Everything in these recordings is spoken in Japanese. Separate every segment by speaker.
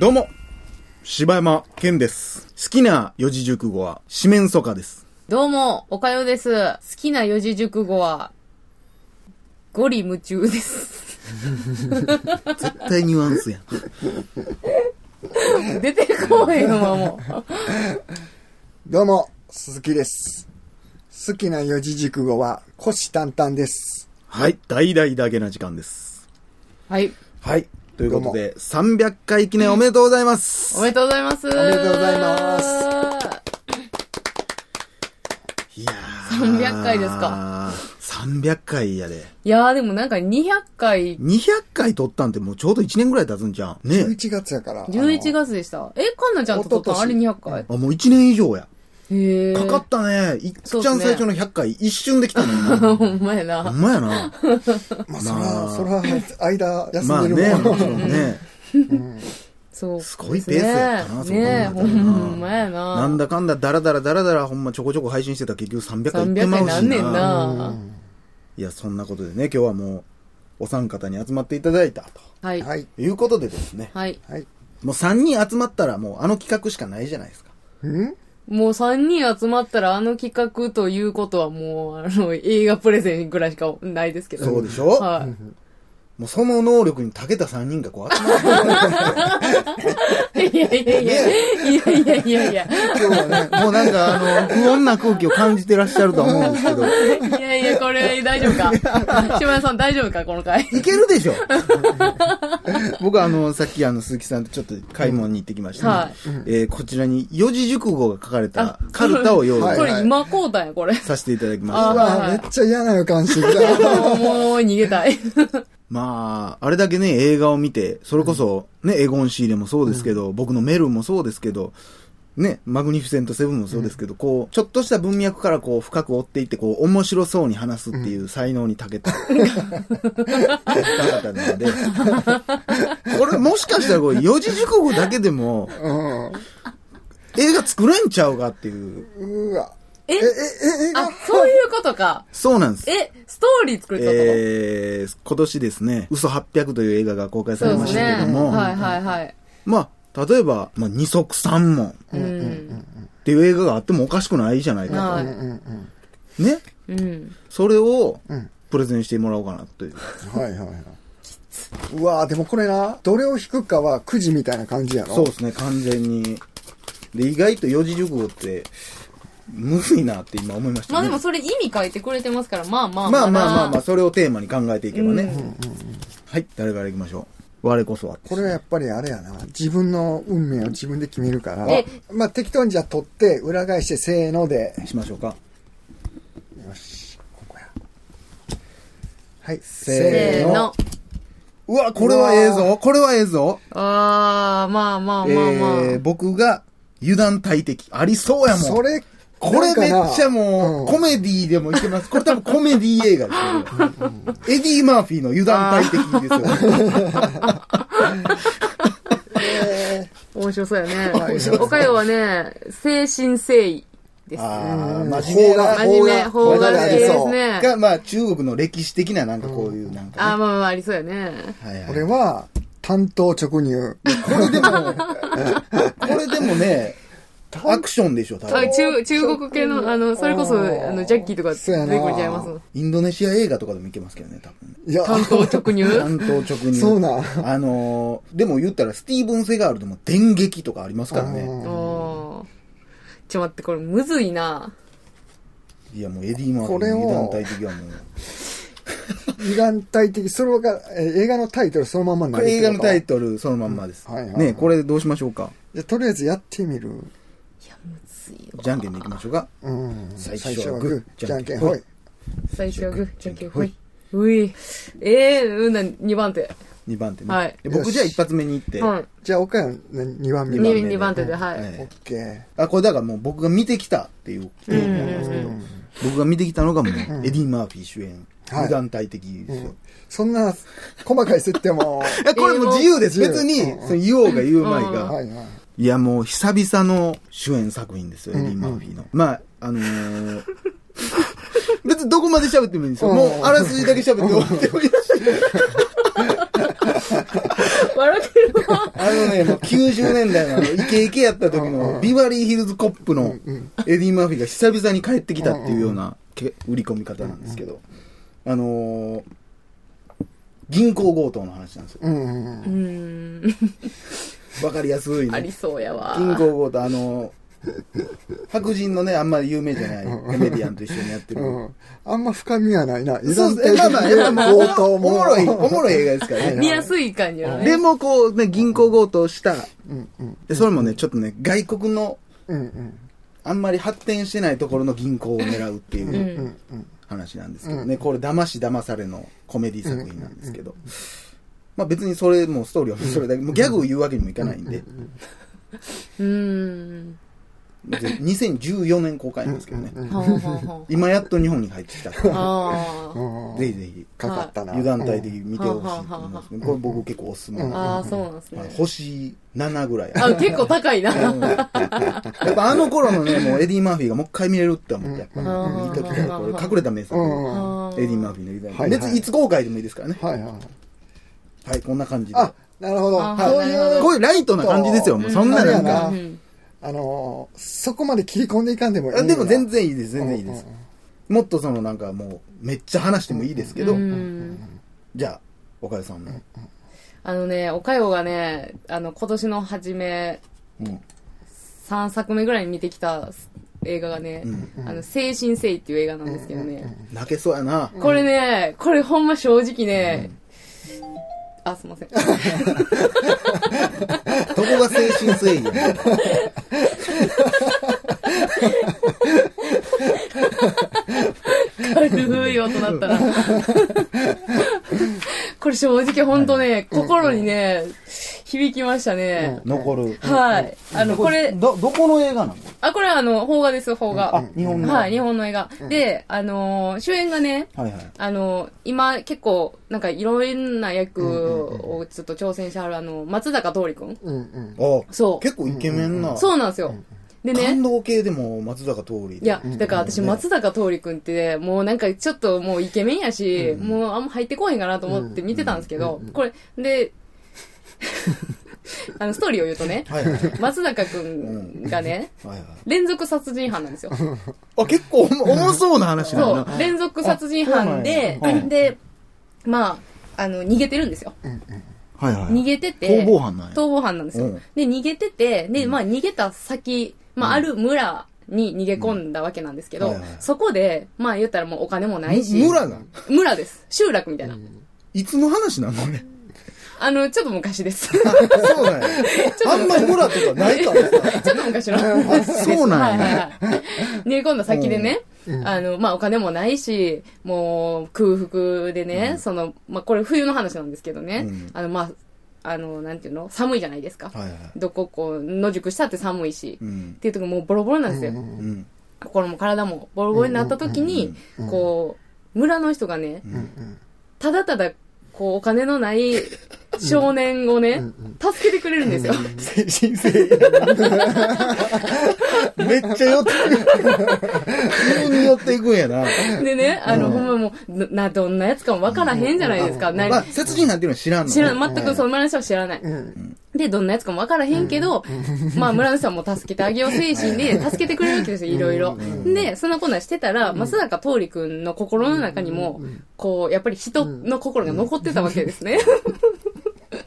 Speaker 1: どうも、柴山健です。好きな四字熟語は、四面楚歌です。
Speaker 2: どうも、おかよです。好きな四字熟語は、ゴリ夢中 です。
Speaker 1: 絶対ニュアンスやん。
Speaker 2: 出てこへんわ、もう。
Speaker 3: どうも、鈴木です。好きな四字熟語は、虎視眈々です。
Speaker 1: はい、大々だけな時間です。
Speaker 2: はい。
Speaker 1: はい。ということで、300回記念おめでとうございます。
Speaker 2: おめでとうございます。お
Speaker 3: めでとうございます
Speaker 1: いや
Speaker 2: 300回です
Speaker 1: か。300回やで。
Speaker 2: いやー、でもなんか200回、
Speaker 1: 200回撮ったんってもうちょうど1年ぐらい経つんじゃん。ね
Speaker 3: 11月やから。
Speaker 2: 11
Speaker 3: あの
Speaker 2: 月でした。え、かんなちゃんと撮ったのあれ
Speaker 3: 一
Speaker 2: 200回
Speaker 1: あ、もう1年以上や。
Speaker 2: へえ。
Speaker 1: かかったね。いっちゃん最初の100回、一瞬で来たのに
Speaker 2: た。
Speaker 1: な。
Speaker 2: ほんまや
Speaker 1: ほ
Speaker 2: な。
Speaker 1: んまやな。
Speaker 3: まあ、そ
Speaker 1: まあ
Speaker 3: ら、そら、間
Speaker 1: ま
Speaker 3: 休
Speaker 1: あ
Speaker 3: んで
Speaker 1: ね、
Speaker 3: るも
Speaker 1: も
Speaker 3: ん。
Speaker 1: ちろんね。
Speaker 2: そう。
Speaker 1: すごいペースやったな、
Speaker 2: ねえ、
Speaker 1: そこまでやった
Speaker 2: ほ
Speaker 1: らなん
Speaker 2: まやな。
Speaker 1: なんだかんだ、だらだらだらだら、ほんまちょこちょこ配信してたら結局300回いって
Speaker 2: 300
Speaker 1: まう
Speaker 2: 回なんね
Speaker 1: し
Speaker 2: ん
Speaker 1: な。
Speaker 2: な。
Speaker 1: いや、そんなことでね、今日はもう、お三方に集まっていただいた
Speaker 2: はい。
Speaker 3: はい。
Speaker 1: ということでですね、
Speaker 2: はい。
Speaker 3: はい。
Speaker 1: もう3人集まったらもうあの企画しかないじゃないですか。
Speaker 3: ん
Speaker 2: もう3人集まったらあの企画ということはもう、あの、映画プレゼンぐらいしかないですけど。
Speaker 1: そうでしょ
Speaker 2: はい。
Speaker 1: もうその能力に長けた3人がこう集まって
Speaker 2: いやいやいや、いやいやいやいや、
Speaker 1: 今日はね、もうなんかあの、不穏な空気を感じてらっしゃるとは思うんですけ ど、
Speaker 2: いやいや、これ大丈夫か島田さん大丈夫かこの回。
Speaker 1: いけるでしょ 僕はあの、さっきあの、鈴木さんとちょっと買い物に行ってきました、ねえーこちらに四字熟語が書かれたカルタを用
Speaker 3: はい
Speaker 2: こ
Speaker 1: 意
Speaker 2: れ今こうたんや、これ。
Speaker 1: させていただきまし
Speaker 2: あ
Speaker 1: た。
Speaker 3: うわ、めっちゃ嫌な予感してき
Speaker 2: も
Speaker 3: た。
Speaker 2: うもう逃げたい。
Speaker 1: まあ、あれだけね、映画を見て、それこそ、ね、エゴン・シーレもそうですけど、僕のメルもそうですけど、ね、マグニフィセント・セブンもそうですけど、こう、ちょっとした文脈からこう、深く追っていって、こう、面白そうに話すっていう才能に長けた、 方なので、これもしかしたらこう、四字熟語だけでも、
Speaker 3: うん。
Speaker 1: 映画作れんちゃうかっていう、
Speaker 3: うわ。
Speaker 2: え
Speaker 3: え、え、え、え
Speaker 2: あ、そういうことか。
Speaker 1: そうなんです。
Speaker 2: え、ストーリー作れたと
Speaker 1: えー、今年ですね、嘘800という映画が公開さ
Speaker 2: そ
Speaker 1: れ
Speaker 2: う
Speaker 1: ま
Speaker 2: で
Speaker 1: し
Speaker 2: す
Speaker 1: た
Speaker 2: ね。
Speaker 1: けども、
Speaker 2: はいはいはい。
Speaker 1: まあ、例えば、まあ、二足三問っ
Speaker 2: うん。
Speaker 1: ていう映画があってもおかしくないじゃないか
Speaker 2: は
Speaker 3: うんうんうん。
Speaker 1: と。ね。
Speaker 2: い。うん。
Speaker 1: それを
Speaker 3: うん、
Speaker 1: プレゼンしてもらおうかなという。
Speaker 3: はいはいはい。うわでもこれな、どれを引くかはくじみたいな感じやろ
Speaker 1: そうですね、完全に。で、意外と四字熟語って、むずいなって今思いまし
Speaker 2: ま
Speaker 1: た
Speaker 2: あで
Speaker 1: ね。
Speaker 2: もそれ意味書いてくれてますから、まあまあ
Speaker 1: まあま
Speaker 2: な
Speaker 1: あまあまあ、それをテーマに考えていけばね。
Speaker 2: うん
Speaker 1: はい、誰から行きましょう。我こそは。
Speaker 3: これはやっぱりあれやな。自分の運命を自分で決めるから
Speaker 2: え。
Speaker 3: まあ適当にじゃあ取って、裏返してせーので。
Speaker 1: しましょうか。
Speaker 3: よし、ここや。はい、
Speaker 1: せ
Speaker 2: せーの。
Speaker 1: うわ、これはええ
Speaker 3: う
Speaker 1: ぞこれはええぞ
Speaker 2: あー、まあまあ
Speaker 1: え
Speaker 2: まあまあ。
Speaker 1: ー、僕が油断大敵。ありそうやもん。
Speaker 3: それ、
Speaker 1: これめ
Speaker 3: なん
Speaker 1: っちゃ
Speaker 3: かな
Speaker 1: もう、
Speaker 3: ん
Speaker 1: コメディでもいけます。これ多分コメディ映画ですけど。エディ・マーフィーの油断大敵ですよ。
Speaker 2: 面白そうや
Speaker 3: 面白
Speaker 2: ね。
Speaker 3: そう
Speaker 2: おかよはね、精神誠意です。
Speaker 1: あー、真
Speaker 3: 真
Speaker 1: 面目
Speaker 3: 面目
Speaker 1: な
Speaker 3: な。
Speaker 2: 真面目、
Speaker 3: 方
Speaker 2: 方眼
Speaker 3: 眼
Speaker 2: 系
Speaker 3: があ
Speaker 2: で
Speaker 3: り
Speaker 2: す
Speaker 3: そう
Speaker 2: ね。
Speaker 1: が、まあ中国の歴史的ななんかこういうなん
Speaker 2: あー、まあ
Speaker 1: かね。
Speaker 2: まあまあ、ありそうやね。
Speaker 1: はいはい
Speaker 3: これは、単刀直入。
Speaker 1: これでも、これでも ね、アクションでしょ、多
Speaker 2: あ
Speaker 1: 分。
Speaker 2: 中中国系の、あの、それこそ、あの、ジャッキーとか
Speaker 3: そうや
Speaker 2: 出
Speaker 3: な
Speaker 2: てくるちゃいますの。
Speaker 1: インドネシア映画とかでもいけますけどね、多分ね。
Speaker 3: いや、
Speaker 2: 担当 直入
Speaker 1: 担当直入。
Speaker 3: そうなん
Speaker 1: あのー、でも言ったらスティーブン・セガールでも電撃とかありますからね。
Speaker 2: おーちょ、待って、これ、むずいな。
Speaker 1: いやもうエディ・マーフィーの油断大敵はもう。
Speaker 3: 依願体的、それが、えー映画のタイトルそのまんまに
Speaker 1: こ
Speaker 3: なるっ
Speaker 1: れ
Speaker 3: て
Speaker 1: 映
Speaker 3: こ
Speaker 1: 画
Speaker 3: と
Speaker 1: のタイトルそのまんまです。
Speaker 3: うんはいはいはい
Speaker 1: ねこれどうしましょうか
Speaker 3: じゃあとりあえずやってみる。
Speaker 1: じゃんけんでいきましょうか。
Speaker 3: うん。
Speaker 1: 最
Speaker 3: 最
Speaker 1: 初
Speaker 3: 初
Speaker 1: は
Speaker 3: は
Speaker 1: グ
Speaker 3: グ
Speaker 1: ー
Speaker 3: ー、じゃんけんほい。
Speaker 2: 最初はグー、
Speaker 1: じ
Speaker 2: ジ
Speaker 1: ゃ
Speaker 2: ャ
Speaker 1: ん
Speaker 2: ッ
Speaker 1: け
Speaker 2: キ
Speaker 1: ん
Speaker 2: ー、ほい。うい。えー、うんな、2番手。
Speaker 1: 2番手ね。
Speaker 2: はい
Speaker 1: で僕
Speaker 3: よし
Speaker 1: じゃあ一発目に行って。
Speaker 2: はい。
Speaker 3: じゃあ、岡山の2番目。
Speaker 1: 二番目
Speaker 2: 2番手で、は。
Speaker 1: はい
Speaker 3: オ
Speaker 1: い
Speaker 3: ッケー。
Speaker 1: あ、これだからもう僕が見てきたっていうテーマなんですけど、僕が見てきたのがもううエディ・マーフィー主演、
Speaker 3: はい
Speaker 1: 無断体的ですよ。
Speaker 3: そんな、細かい設定も。
Speaker 1: いや、これもう自由です。
Speaker 3: えー
Speaker 1: 別に、その言おうが言うまいが。
Speaker 3: はいはい。
Speaker 1: いや、もう久々の主演作品ですよ、エディ・マーフィーの。まあ、あのー、別にどこまで喋ってもいいんですよ。
Speaker 3: うん
Speaker 1: もう、あらすじだけ喋って終わってもいいし。 のね、もう90年代のあのイケイケやった時のビバリーヒルズコップのエディ・マーフィーが久々に帰ってきたっていうようなけ売り込み方なんですけど、あのー銀行強盗の話なんですよ。
Speaker 3: うんうんうん
Speaker 2: う。ん。
Speaker 1: わかりやすい
Speaker 2: あ
Speaker 1: ね
Speaker 2: り。そうやわ。
Speaker 1: 銀行強盗、あのー白人のね、あんまり有名じゃないコメディアンと一緒にやってる。
Speaker 3: うんあんま深みはないな。
Speaker 1: そうですね。まあまあ、まあまあ
Speaker 3: 冒頭
Speaker 1: おもろい、おもろい映画ですからね。
Speaker 2: 見やすい感じのね。
Speaker 1: でもこうね、銀行強盗した。
Speaker 3: うんうん
Speaker 1: で、それもね、ちょっとね、外国の
Speaker 3: うんうん
Speaker 1: あんまり発展してないところの銀行を狙うっていううん
Speaker 3: うんうん。
Speaker 1: 話なんですけどね、これ騙し騙されのコメディ作品なんですけど。まあ別にそれもストーリーはそれだけ、もうギャグを言うわけにもいかないんで、
Speaker 2: うん。
Speaker 1: 2014年公開なんですけどね。
Speaker 2: はんはんはん。
Speaker 1: 今やっと日本に入ってきた。ぜ
Speaker 2: ああ。
Speaker 3: うん
Speaker 1: ひぜひ、
Speaker 3: かかったな。
Speaker 1: 油断体で見てほしいと思いますけど、これ僕結構おすすめなんで
Speaker 2: ああ、そうなんです
Speaker 1: まあ
Speaker 2: ね。
Speaker 1: 星7ぐらい。
Speaker 2: あ、結構高いな。
Speaker 1: うんやっぱあの頃のね、もうエディ・マーフィーがもう一回見れるって思って、やっぱ、
Speaker 3: うん
Speaker 1: いい時からこれ隠れた名作、
Speaker 3: うんうん
Speaker 2: あー
Speaker 1: エディ・マーフィーの偉大な
Speaker 3: はいはい
Speaker 1: 別にいつ公開でもいいですからね。
Speaker 3: はいはい。
Speaker 1: はい、こんな感じで。
Speaker 3: あ、なるほど。
Speaker 2: あー
Speaker 3: こう
Speaker 2: なる
Speaker 3: い
Speaker 2: ほ
Speaker 1: こ
Speaker 3: う、
Speaker 1: ういうライトな感じですよ、もうそんななんか。
Speaker 3: あ
Speaker 2: うん
Speaker 3: あのー、そこまで切り込んでいかんでもいい
Speaker 1: あ
Speaker 3: な。
Speaker 1: でも全然いいです、全然いいで
Speaker 3: う
Speaker 1: す
Speaker 3: んうん。
Speaker 1: もっとそのなんかもう、めっちゃ話してもいいですけど
Speaker 2: う、ん
Speaker 1: じゃあ、岡田さんの。
Speaker 2: あのね、おかよがね、あの、今年の初め、
Speaker 1: うん
Speaker 2: 3作目ぐらいに見てきた映画がね、
Speaker 1: う
Speaker 2: あの、精神性っていう映画なんですけどね。
Speaker 1: 泣けそうやな。
Speaker 2: これね、これほんま正直ね、あ、すいません。
Speaker 1: どこが精神誠意やね
Speaker 2: 軽い音だったら。これ正直ほんとね、心にね、響きましたね。
Speaker 1: ん残る。
Speaker 2: はい。あの、これ、
Speaker 1: ど、どこの映画なの
Speaker 2: あ、これはあの、邦画です、邦画。
Speaker 1: あ、日本の。
Speaker 2: はい、日本の映画。で、あのー主演がね、
Speaker 1: はいはい。
Speaker 2: あのー今結構、なんかいろんな役をちょっと挑戦してはる、あの、松坂桃李くん。
Speaker 3: うんうん。
Speaker 1: お
Speaker 2: そう
Speaker 1: 結構イケメンな。
Speaker 2: そうなんですよ。で
Speaker 1: 感
Speaker 2: ね、
Speaker 1: 動系でも松坂桃李
Speaker 2: いや、だから私、松坂桃李くんって、もうなんかちょっともうイケメンやし、もうあんま入ってこへんかなと思って見てたんですけど、これ、で、 あの、ストーリーを言うとね、
Speaker 1: はいはいはい
Speaker 2: 松坂くんがね、
Speaker 1: はい
Speaker 2: 連続殺人犯なんですよ。
Speaker 1: あ結構重 重そうな話なん
Speaker 2: そ
Speaker 1: だ
Speaker 2: う
Speaker 1: な、
Speaker 2: 連続殺人犯で
Speaker 1: あそうなんやう、ん
Speaker 2: で、まあ、あの、逃げてるんですよ。
Speaker 1: はいはい
Speaker 2: 逃げてて。
Speaker 1: 逃亡犯なんや
Speaker 2: 逃亡犯なんですよ。
Speaker 1: うん
Speaker 2: で、逃げてて、で、まあ、逃げた先、まあ、ある村に逃げ込んだわけなんですけど、
Speaker 1: うんはいはい
Speaker 2: そこで、まあ、言ったらもうお金もないし。
Speaker 1: む村が
Speaker 2: 村です。集落みたいな。
Speaker 1: いつの話なのね
Speaker 2: あの、ちょっと昔です。
Speaker 1: そうなんやあんまり村とかないからさ
Speaker 2: ちょっと昔の。
Speaker 1: あそうなんや
Speaker 2: はいはいはい。逃げ込んだ先でね、あの、まあ、お金もないし、もう空腹でね、その、まあ、これ冬の話なんですけどね、
Speaker 1: うん
Speaker 2: あの、まあ、あの、なんていうの寒いじゃないですか。
Speaker 1: はいはい
Speaker 2: どここう、野宿したって寒いし、
Speaker 1: う
Speaker 2: っ
Speaker 1: ん
Speaker 2: ていうとこもうボロボロなんですよ。
Speaker 1: うん
Speaker 2: 心も体もボロボロになった時に、こう、村の人がね、ただただ、こう、お金のない少年をね、助けてくれるんですよ。
Speaker 1: 精神性めっちゃ寄ってく急に寄っていくんやな
Speaker 2: でね、あの、ほんまもう、なな、どんなやつかもわからへんじゃないですか。な
Speaker 1: まあ殺人犯っていうのは知らんの
Speaker 2: 知らん、全くその村の人は知らない。で、どんなやつかもわからへんけど、まあ村の人はもう助けてあげよう精神で、助けてくれるわけですよ、いろいろ。で、そんなこんなんしてたら、松坂桃李くんの心の中にも、こう、やっぱり人の心が残ってたわけですね。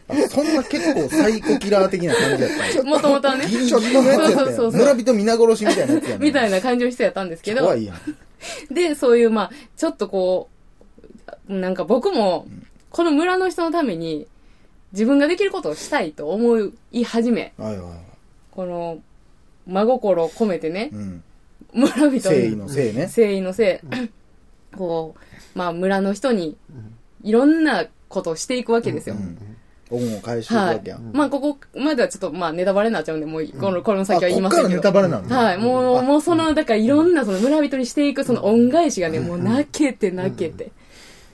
Speaker 1: あそんな結構サイコキラー的な感じやったんや
Speaker 2: もともとはね。
Speaker 1: ギリギリのやつやったん
Speaker 2: そうそうそう
Speaker 1: や
Speaker 2: そう
Speaker 1: 村人皆殺しみたいなやつや
Speaker 2: みた
Speaker 1: い
Speaker 2: いな感じの人やったんですけど
Speaker 1: 怖、いやん
Speaker 2: で、そういう、まあ、ちょっとこう、なんか僕も、この村の人のために、自分ができることをしたいと思い始め、
Speaker 1: はいはいはい
Speaker 2: この、真心を込めてね、
Speaker 1: うん
Speaker 2: 村人
Speaker 1: 誠意
Speaker 2: に、
Speaker 1: のせいね
Speaker 2: 誠意のせい、こう、まあ、村の人に、いろんなことをしていくわけですよ。
Speaker 1: 恩を返していく
Speaker 2: は
Speaker 1: わけやん、
Speaker 2: い。まあ、ここまではちょっと、まあ、ネタバレになっちゃうんで、もう、この、この
Speaker 1: あ
Speaker 2: 先は言いま
Speaker 1: こっ
Speaker 2: せ
Speaker 1: から
Speaker 2: んけ
Speaker 1: ネ
Speaker 2: ど
Speaker 1: タ。バレなんだ、
Speaker 2: はい、もう、もうその、だからいろんなその村人にしていくその恩返しがね、もう泣けて泣けて。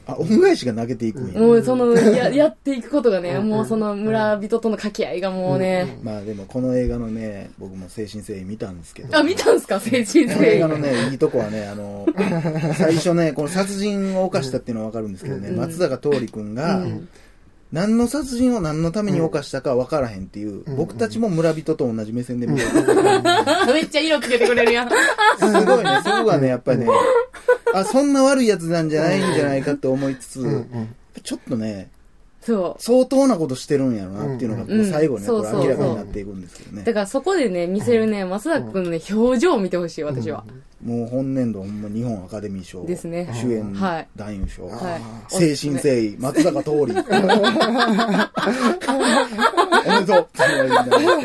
Speaker 1: あ恩返しが投げていくんや、
Speaker 2: もうその、 や、やっていくことがね、もうその村人との掛け合いがもうね、
Speaker 1: まあでもこの映画のね僕も精神誠意見たんですけど
Speaker 2: あ、見たんすか成人
Speaker 1: この映
Speaker 2: 性
Speaker 1: 画。のねいいとこはねあの最初ねこの殺人を犯したっていうのは分かるんですけどね、松坂桃李君が、何の殺人を何のために犯したか分からへんっていう、僕たちも村人と同じ目線で見てる。
Speaker 2: めっちゃ色つけてくれるや ん。
Speaker 1: すごいね、そこがね、やっぱりね、あ、そんな悪いやつなんじゃないんじゃないかって思いつつ、ちょっとね、
Speaker 2: そう。
Speaker 1: 相当なことしてるんやろなっていうのが、こ
Speaker 2: う
Speaker 1: うん最後ね、
Speaker 2: う
Speaker 1: こ
Speaker 2: ん
Speaker 1: れ
Speaker 2: そうそう
Speaker 1: 明らかになっていくんですけどね
Speaker 2: だ。からそこでね、見せるね、松田君のね、表情を見てほしい、私は。
Speaker 1: もう本年度、ほんま日本アカデミー賞。
Speaker 2: ですね
Speaker 1: 主演
Speaker 2: はい、
Speaker 1: 男優賞。
Speaker 2: はい。
Speaker 1: 誠心誠意、松坂桃李。おめでとうって言われるんだそうい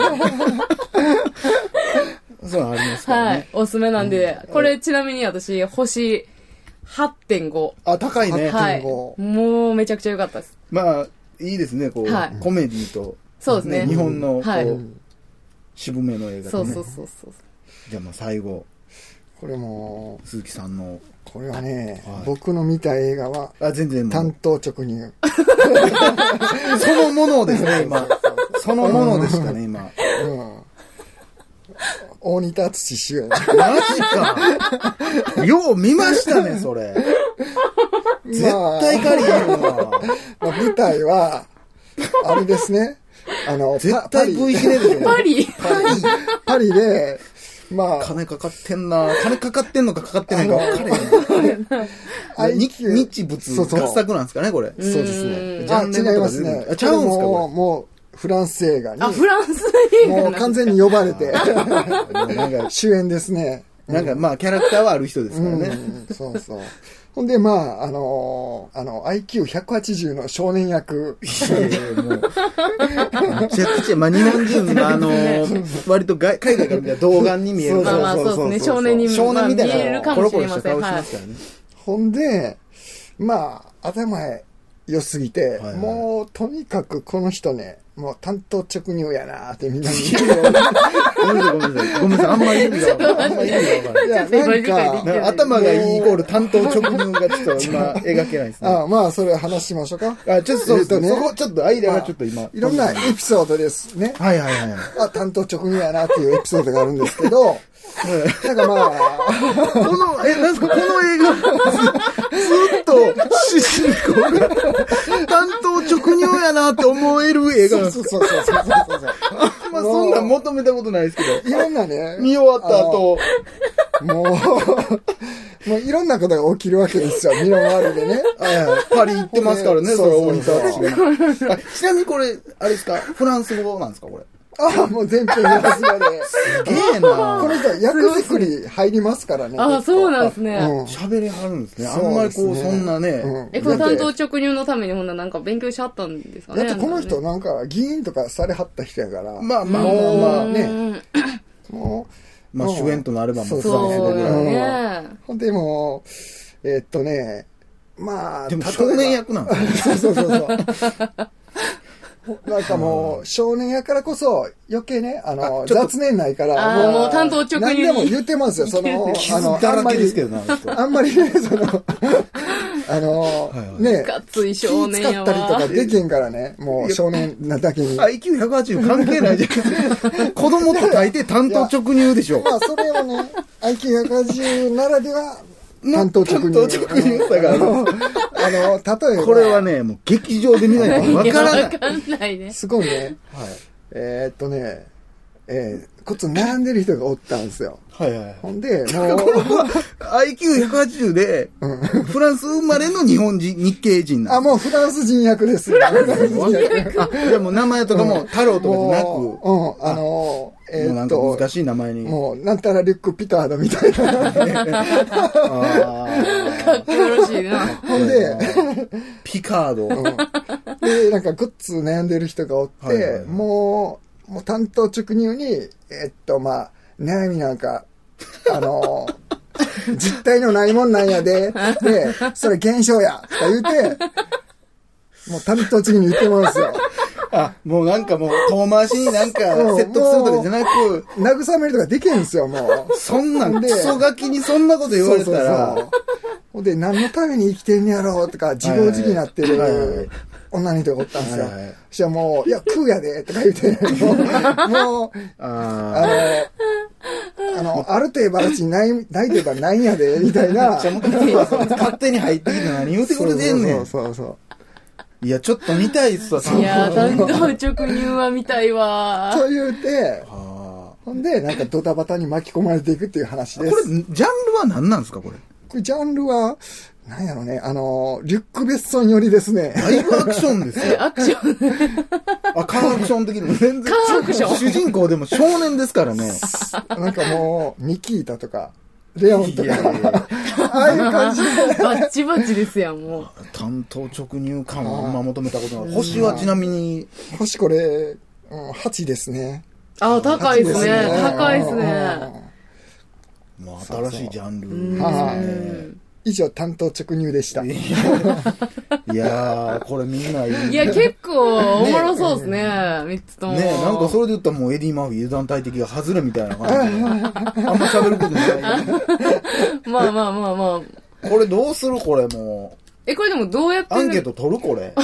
Speaker 1: うのありますから
Speaker 2: は
Speaker 1: ね
Speaker 2: い。。おすすめなんで、これちなみに私、星8.5。
Speaker 1: あ、高いね。
Speaker 2: はい。も
Speaker 3: 8.5
Speaker 2: うめちゃくちゃ良かったです。
Speaker 1: まあ、いいですね、こう、
Speaker 2: はい
Speaker 1: コメディと、
Speaker 2: そうですね
Speaker 1: 日本の、こう、
Speaker 2: はい
Speaker 1: 渋めの映画
Speaker 2: そ
Speaker 1: と
Speaker 2: う
Speaker 1: ね。
Speaker 2: そうそうそう。
Speaker 1: じゃあまあ最後、
Speaker 3: これも
Speaker 1: 鈴木さんの、
Speaker 3: う、これはね
Speaker 1: はい、
Speaker 3: 僕の見た映画は、
Speaker 1: あ、全然も
Speaker 3: 単
Speaker 1: う、
Speaker 3: 刀直入。
Speaker 1: そのものですね、今。そのものでしたね、今。
Speaker 3: うん。大仁田敦史主演。
Speaker 1: マジか。よう見ましたね、それ。絶対借りへんわ。
Speaker 3: まあ舞台は、あれですね。あの、
Speaker 1: 絶
Speaker 3: パ
Speaker 1: 対 V ひねでしょ
Speaker 2: パ。リ
Speaker 3: パリ、パリで、まあ、
Speaker 1: 金かかってんな。金かかってんのかかかってないのか分かれへん
Speaker 3: あ
Speaker 1: 日
Speaker 3: IQ
Speaker 1: 日仏
Speaker 3: そうそう
Speaker 1: 合作なんですかね、これ。
Speaker 3: そうですね。
Speaker 1: ジ
Speaker 3: あ、
Speaker 1: ャンルとか
Speaker 3: 違いますね。
Speaker 1: あちゃうんすか
Speaker 3: も
Speaker 1: こ
Speaker 3: う、もう、フランス映画に
Speaker 2: あ、、フランス映画
Speaker 3: もう完全に呼ばれて、
Speaker 1: なんか、
Speaker 3: 主演ですね。
Speaker 1: なんかまあキャラクターはある人ですからね。
Speaker 3: うん、そうそう。ほんで、まあ、あのーあの、IQ180 の少年役、
Speaker 1: いやいやもうめちゃくちゃ、まあ日本人はあの、割と外海外から見たら童顔に見える
Speaker 2: まあまあそうですね。少年に
Speaker 1: 少年みた
Speaker 2: まあ見え
Speaker 1: い
Speaker 2: る
Speaker 1: な
Speaker 2: か
Speaker 1: コ
Speaker 2: も
Speaker 1: ロ
Speaker 2: し
Speaker 1: コロ
Speaker 2: れ
Speaker 1: した
Speaker 2: ません。
Speaker 1: 顔して
Speaker 2: は
Speaker 1: ま
Speaker 2: い
Speaker 1: す。からね。
Speaker 3: ほんで、まあ、頭良すぎて、
Speaker 1: はいはい
Speaker 3: もう、とにかくこの人ね、もう担当直入やなーって みんなに
Speaker 1: ごめんなさい、ごめんなさい。ごめんなさい、あんまり意味がわからない。あんまり意味がわからない
Speaker 3: いや
Speaker 2: ちょっと今理解でき
Speaker 1: な
Speaker 2: て
Speaker 1: んか
Speaker 2: ない
Speaker 1: 頭がいいイコール担当直入がちょっと今描けないですね。
Speaker 3: あまあ、それ話しましょうか。
Speaker 1: あ、ちょっとそうですね。
Speaker 3: えっ
Speaker 1: そ
Speaker 3: とね
Speaker 1: こちょっとアイデアがちょっと今。
Speaker 3: まあいろんなエピソードですね。
Speaker 1: はいはいはい。
Speaker 3: あ、担当直入やなっていうエピソードがあるんです けど、なんかまあ、
Speaker 1: この、え、なんですか、この映画、ずずっと、主人公が、担当直入やなって思える映画
Speaker 3: そ
Speaker 1: なんで
Speaker 3: う
Speaker 1: す
Speaker 3: そうそうそうそうそうそう。
Speaker 1: まあ、そんなん求めたことないですけど、
Speaker 3: いろんなね、
Speaker 1: 見終わった後、
Speaker 3: あの。もう、もういろんなことが起きるわけですよ、身の回りでね。
Speaker 1: はいはいパリ行ってますからね、
Speaker 3: そう
Speaker 1: それは大
Speaker 3: そう
Speaker 1: 仁
Speaker 3: そう
Speaker 1: 田敦が。あちなみにこれ、あれですか、フランス語なんですか、これ。
Speaker 3: あもう全編やらずやで。
Speaker 1: ゲーな
Speaker 3: この人は役作り入りますからね。
Speaker 2: あ、そうなんです
Speaker 3: う
Speaker 2: ね。
Speaker 3: ん
Speaker 1: 喋りはるんですね。あ
Speaker 3: そ
Speaker 1: んまり
Speaker 3: う
Speaker 1: こ
Speaker 3: です
Speaker 1: う、
Speaker 3: ね
Speaker 1: そんなね
Speaker 3: うん。
Speaker 2: え、この
Speaker 1: だって
Speaker 2: 担当直入のためにほんななんか勉強しはったんですか
Speaker 3: だっ
Speaker 2: ね。
Speaker 3: てこの人なんか議員とかされはった人やから、
Speaker 1: まあまあま
Speaker 3: もう
Speaker 1: あまあ
Speaker 2: う
Speaker 1: ね。
Speaker 2: ん
Speaker 3: も
Speaker 1: まあ主演となればもう
Speaker 2: そう
Speaker 1: です
Speaker 2: よ
Speaker 1: ね。
Speaker 2: ね。
Speaker 3: う、でも、えっとね、まあ、
Speaker 1: でも
Speaker 3: 例えば
Speaker 1: 少年役なんですね。
Speaker 3: そうそうそうそう。なんかもう、少年やからこそ、余計ね、あの、
Speaker 1: あちょっと
Speaker 3: 雑念ないから、
Speaker 2: あーもう担当直入
Speaker 3: 何
Speaker 2: に
Speaker 3: でも言ってますよ、その、あ
Speaker 1: 傷
Speaker 3: の、
Speaker 1: だ
Speaker 3: あん
Speaker 1: ら
Speaker 3: ま
Speaker 1: けですけ
Speaker 3: り、
Speaker 1: どな、あの人
Speaker 3: あんまりね、その、あの、
Speaker 1: はい
Speaker 3: ね、
Speaker 2: がっつい
Speaker 3: 気
Speaker 2: 少年
Speaker 3: 使
Speaker 2: や
Speaker 3: ったりとか
Speaker 2: わ。
Speaker 3: できんからね、もう少年なだけに。ま
Speaker 1: IQ180 関係ないじゃん。子供と大抵担当直入でしょ。
Speaker 3: あ、それをね、IQ180 ならでは、担当直入。
Speaker 1: 担当直入さがある
Speaker 3: あの、例えば、
Speaker 1: これはね、もう劇場で見ないとわからない
Speaker 2: わ。かんないね。
Speaker 3: すごいね、えーっとね、えー、こっち並んでる人がおったんですよ。
Speaker 1: はいはいはい。
Speaker 3: ほんで、もう、
Speaker 1: IQ180 で、フランス生まれの日本人、日系人な
Speaker 3: あ、
Speaker 1: んで
Speaker 3: もうフランス人役です。
Speaker 1: すよ。あ、でも名前とかも太郎とかじゃなく、
Speaker 3: も
Speaker 1: も
Speaker 3: う、うん、あの、え
Speaker 1: う
Speaker 3: ー
Speaker 1: な
Speaker 3: っ
Speaker 1: んか
Speaker 3: と
Speaker 1: 難、しい名前に。
Speaker 3: もう、なんたらリュック・ピタードみたいな。
Speaker 1: あ
Speaker 2: かっこよろしいな。
Speaker 1: ー
Speaker 3: ほんで、
Speaker 1: ピカード。
Speaker 3: で、なんかグッズ悩んでる人がおっ
Speaker 1: はいはいは
Speaker 3: て
Speaker 1: い、
Speaker 3: もう、もう担当直入に、えーっと、まあ、悩みなんか、あの、 実体のないもんなんやで、で、それ現象や、とか言うて、もう担当直入に言ってもらうんですよ。
Speaker 1: あ、もうなんかもう遠回しになん か
Speaker 3: うん
Speaker 1: 説得するとかじゃなく、
Speaker 3: 慰めるとかできるんですよ、もう。
Speaker 1: そんなん
Speaker 3: で
Speaker 1: クソガキにそんなこと言われた
Speaker 3: そうそう
Speaker 1: ら、
Speaker 3: そうほんで、何のために生きてんねやろうとか、自暴自棄になって
Speaker 1: はいはいはいはい
Speaker 3: る女の人がおったんですよ
Speaker 1: はいはい。
Speaker 3: そしたらもう、いや、食うやでとか言って、もう、もう
Speaker 1: あ
Speaker 3: あの、あの、ある程度ばらちない、ないといえばないんやで、みたいな。
Speaker 1: あ、じゃあもう勝手に入ってきて何言うてくれてんねん。
Speaker 3: そうそうそうそう。
Speaker 1: いや、ちょっと見たいっすわ、
Speaker 2: いやー、単刀直入は見たいわー。
Speaker 3: と言うて、
Speaker 1: あ
Speaker 3: ほんで、なんかドタバタに巻き込まれていくっていう話
Speaker 1: ー
Speaker 3: で
Speaker 1: これ、
Speaker 3: す。
Speaker 1: ジャンルは何なんですか、これ。
Speaker 3: これジャンルは、なんやろね、あのー、リュック・ベッソン寄りです ね。
Speaker 1: ライブアクションですよ。
Speaker 2: アクション、
Speaker 1: あ、カーアクション的にも全然。
Speaker 2: カーアクション
Speaker 1: 主人公でも少年ですからね。
Speaker 3: なんかもう、ミキータとか、レオンと
Speaker 1: いやいやいや
Speaker 3: か、ああいう感じで。
Speaker 2: バッチバチですやん、もう。
Speaker 1: 単刀直入感はあんま求めたことない。星はちなみに、
Speaker 3: 星これ、うん、8ですね。
Speaker 2: あー、高いですね。高いですね。
Speaker 3: ね。
Speaker 1: まあ、新しいジャン
Speaker 2: うん
Speaker 1: ル
Speaker 3: は
Speaker 1: です
Speaker 3: い
Speaker 1: ね。
Speaker 3: 以上、担当直入でした。
Speaker 1: いやいやー、これみんないい。
Speaker 2: いや、結構、おもろそうですね。三つとも。
Speaker 1: ねえ、なんかそれで言ったらもうエディ・マーフィー油断大敵が外れみたいな感 じで。あんま喋ることない。
Speaker 2: まあまあまあまあ。
Speaker 1: これどうするこれもう。
Speaker 2: え、これでもどうやって
Speaker 1: アンケー
Speaker 2: ト。
Speaker 1: ト取るこ れ。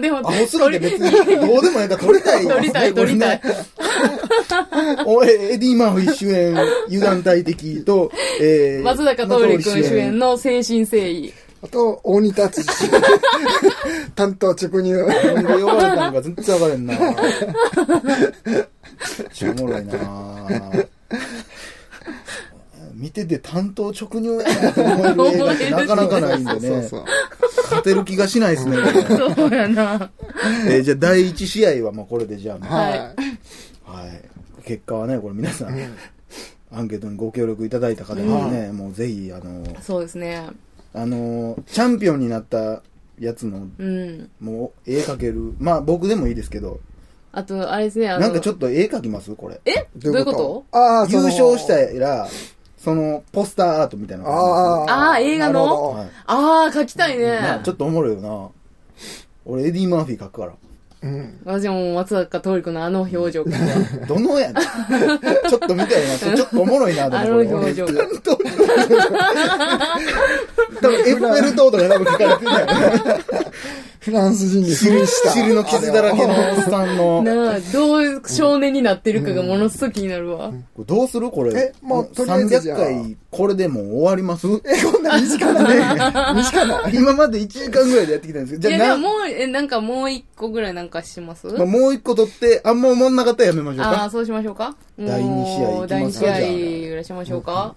Speaker 2: でも、
Speaker 1: アホすらって別にどうでもいいから取りたいよね
Speaker 2: 撮りたい、撮りたい。。
Speaker 1: おえエディ・マーフィー主演、油断大敵と、えー、
Speaker 2: 松坂桃李君主演の精神誠意。
Speaker 3: あと、大仁田 敦史。担当直入。
Speaker 1: なんで呼ばれたのか全然わかれんな。めっちゃおもろいな。見てて担当直入やなと思える映画ってなかなかないんで
Speaker 3: そう
Speaker 1: ね。
Speaker 3: そう。
Speaker 1: 勝てる気がしないですね。
Speaker 2: そうやな。
Speaker 1: えーじゃあ第1試合はまあこれでじゃあ、ね、
Speaker 3: は
Speaker 1: はい。結果はね、これ皆さん、アンケートにご協力いただいた方にはね、もうぜひ、あの、
Speaker 2: そうですね。
Speaker 1: あの、チャンピオンになったやつの、
Speaker 2: うん。
Speaker 1: もう絵描ける。まあ僕でもいいですけど、
Speaker 2: あと、あれですね、あの、
Speaker 1: なんかち
Speaker 2: っ
Speaker 1: ょっと絵描きますこれ。
Speaker 2: と、え
Speaker 3: い。
Speaker 2: どういうこと
Speaker 3: ああ、そ
Speaker 1: 優
Speaker 3: の
Speaker 1: 勝したら、その、ポスターアートみたいなのが
Speaker 3: あ
Speaker 1: あ
Speaker 2: ああー、映画
Speaker 3: なるほ
Speaker 2: の
Speaker 3: ど
Speaker 1: るんですよ。
Speaker 2: ああ、書きたい
Speaker 1: はい。まあ
Speaker 2: ね
Speaker 1: ち。ょっとおもろいよな。俺、エディ・マーフィー描くか
Speaker 3: うん。
Speaker 2: 私はもう松坂桃李君のあの 表情から。
Speaker 1: ら。どのやねんちょっと見たいな。ちょっとおもろいな、
Speaker 2: あ
Speaker 1: で
Speaker 2: の
Speaker 1: もこれ。
Speaker 2: 表情が。
Speaker 1: 多分エッフェル塔とか多分書かれてない
Speaker 3: フランス人に
Speaker 1: 知
Speaker 3: 扮 した。
Speaker 1: 汁の傷だらけのおっさんの。
Speaker 2: なあ、どう少年になってるかがものすごく気になるわ。
Speaker 1: これどうするこれ。
Speaker 3: えもうとりあえずじゃ
Speaker 1: 300
Speaker 3: あ
Speaker 1: 回、これでもう終わります
Speaker 3: え、こんな短な ね。短な。
Speaker 1: 今まで1時間ぐらいでやってきたんですけど、
Speaker 2: いや、
Speaker 1: じ
Speaker 2: で
Speaker 1: ゃあ
Speaker 2: も
Speaker 1: な、
Speaker 2: もう、え、なんかもう一個ぐらいなんかします
Speaker 1: まあもう一個取って、あんま思んなかったらやめましょう
Speaker 2: ああ
Speaker 1: か
Speaker 2: ー、。そうしましょうか。
Speaker 1: 第二試合いき
Speaker 2: 第
Speaker 1: ま
Speaker 2: 2
Speaker 1: す
Speaker 2: 試
Speaker 1: か
Speaker 2: 合ぐらいしましょうか。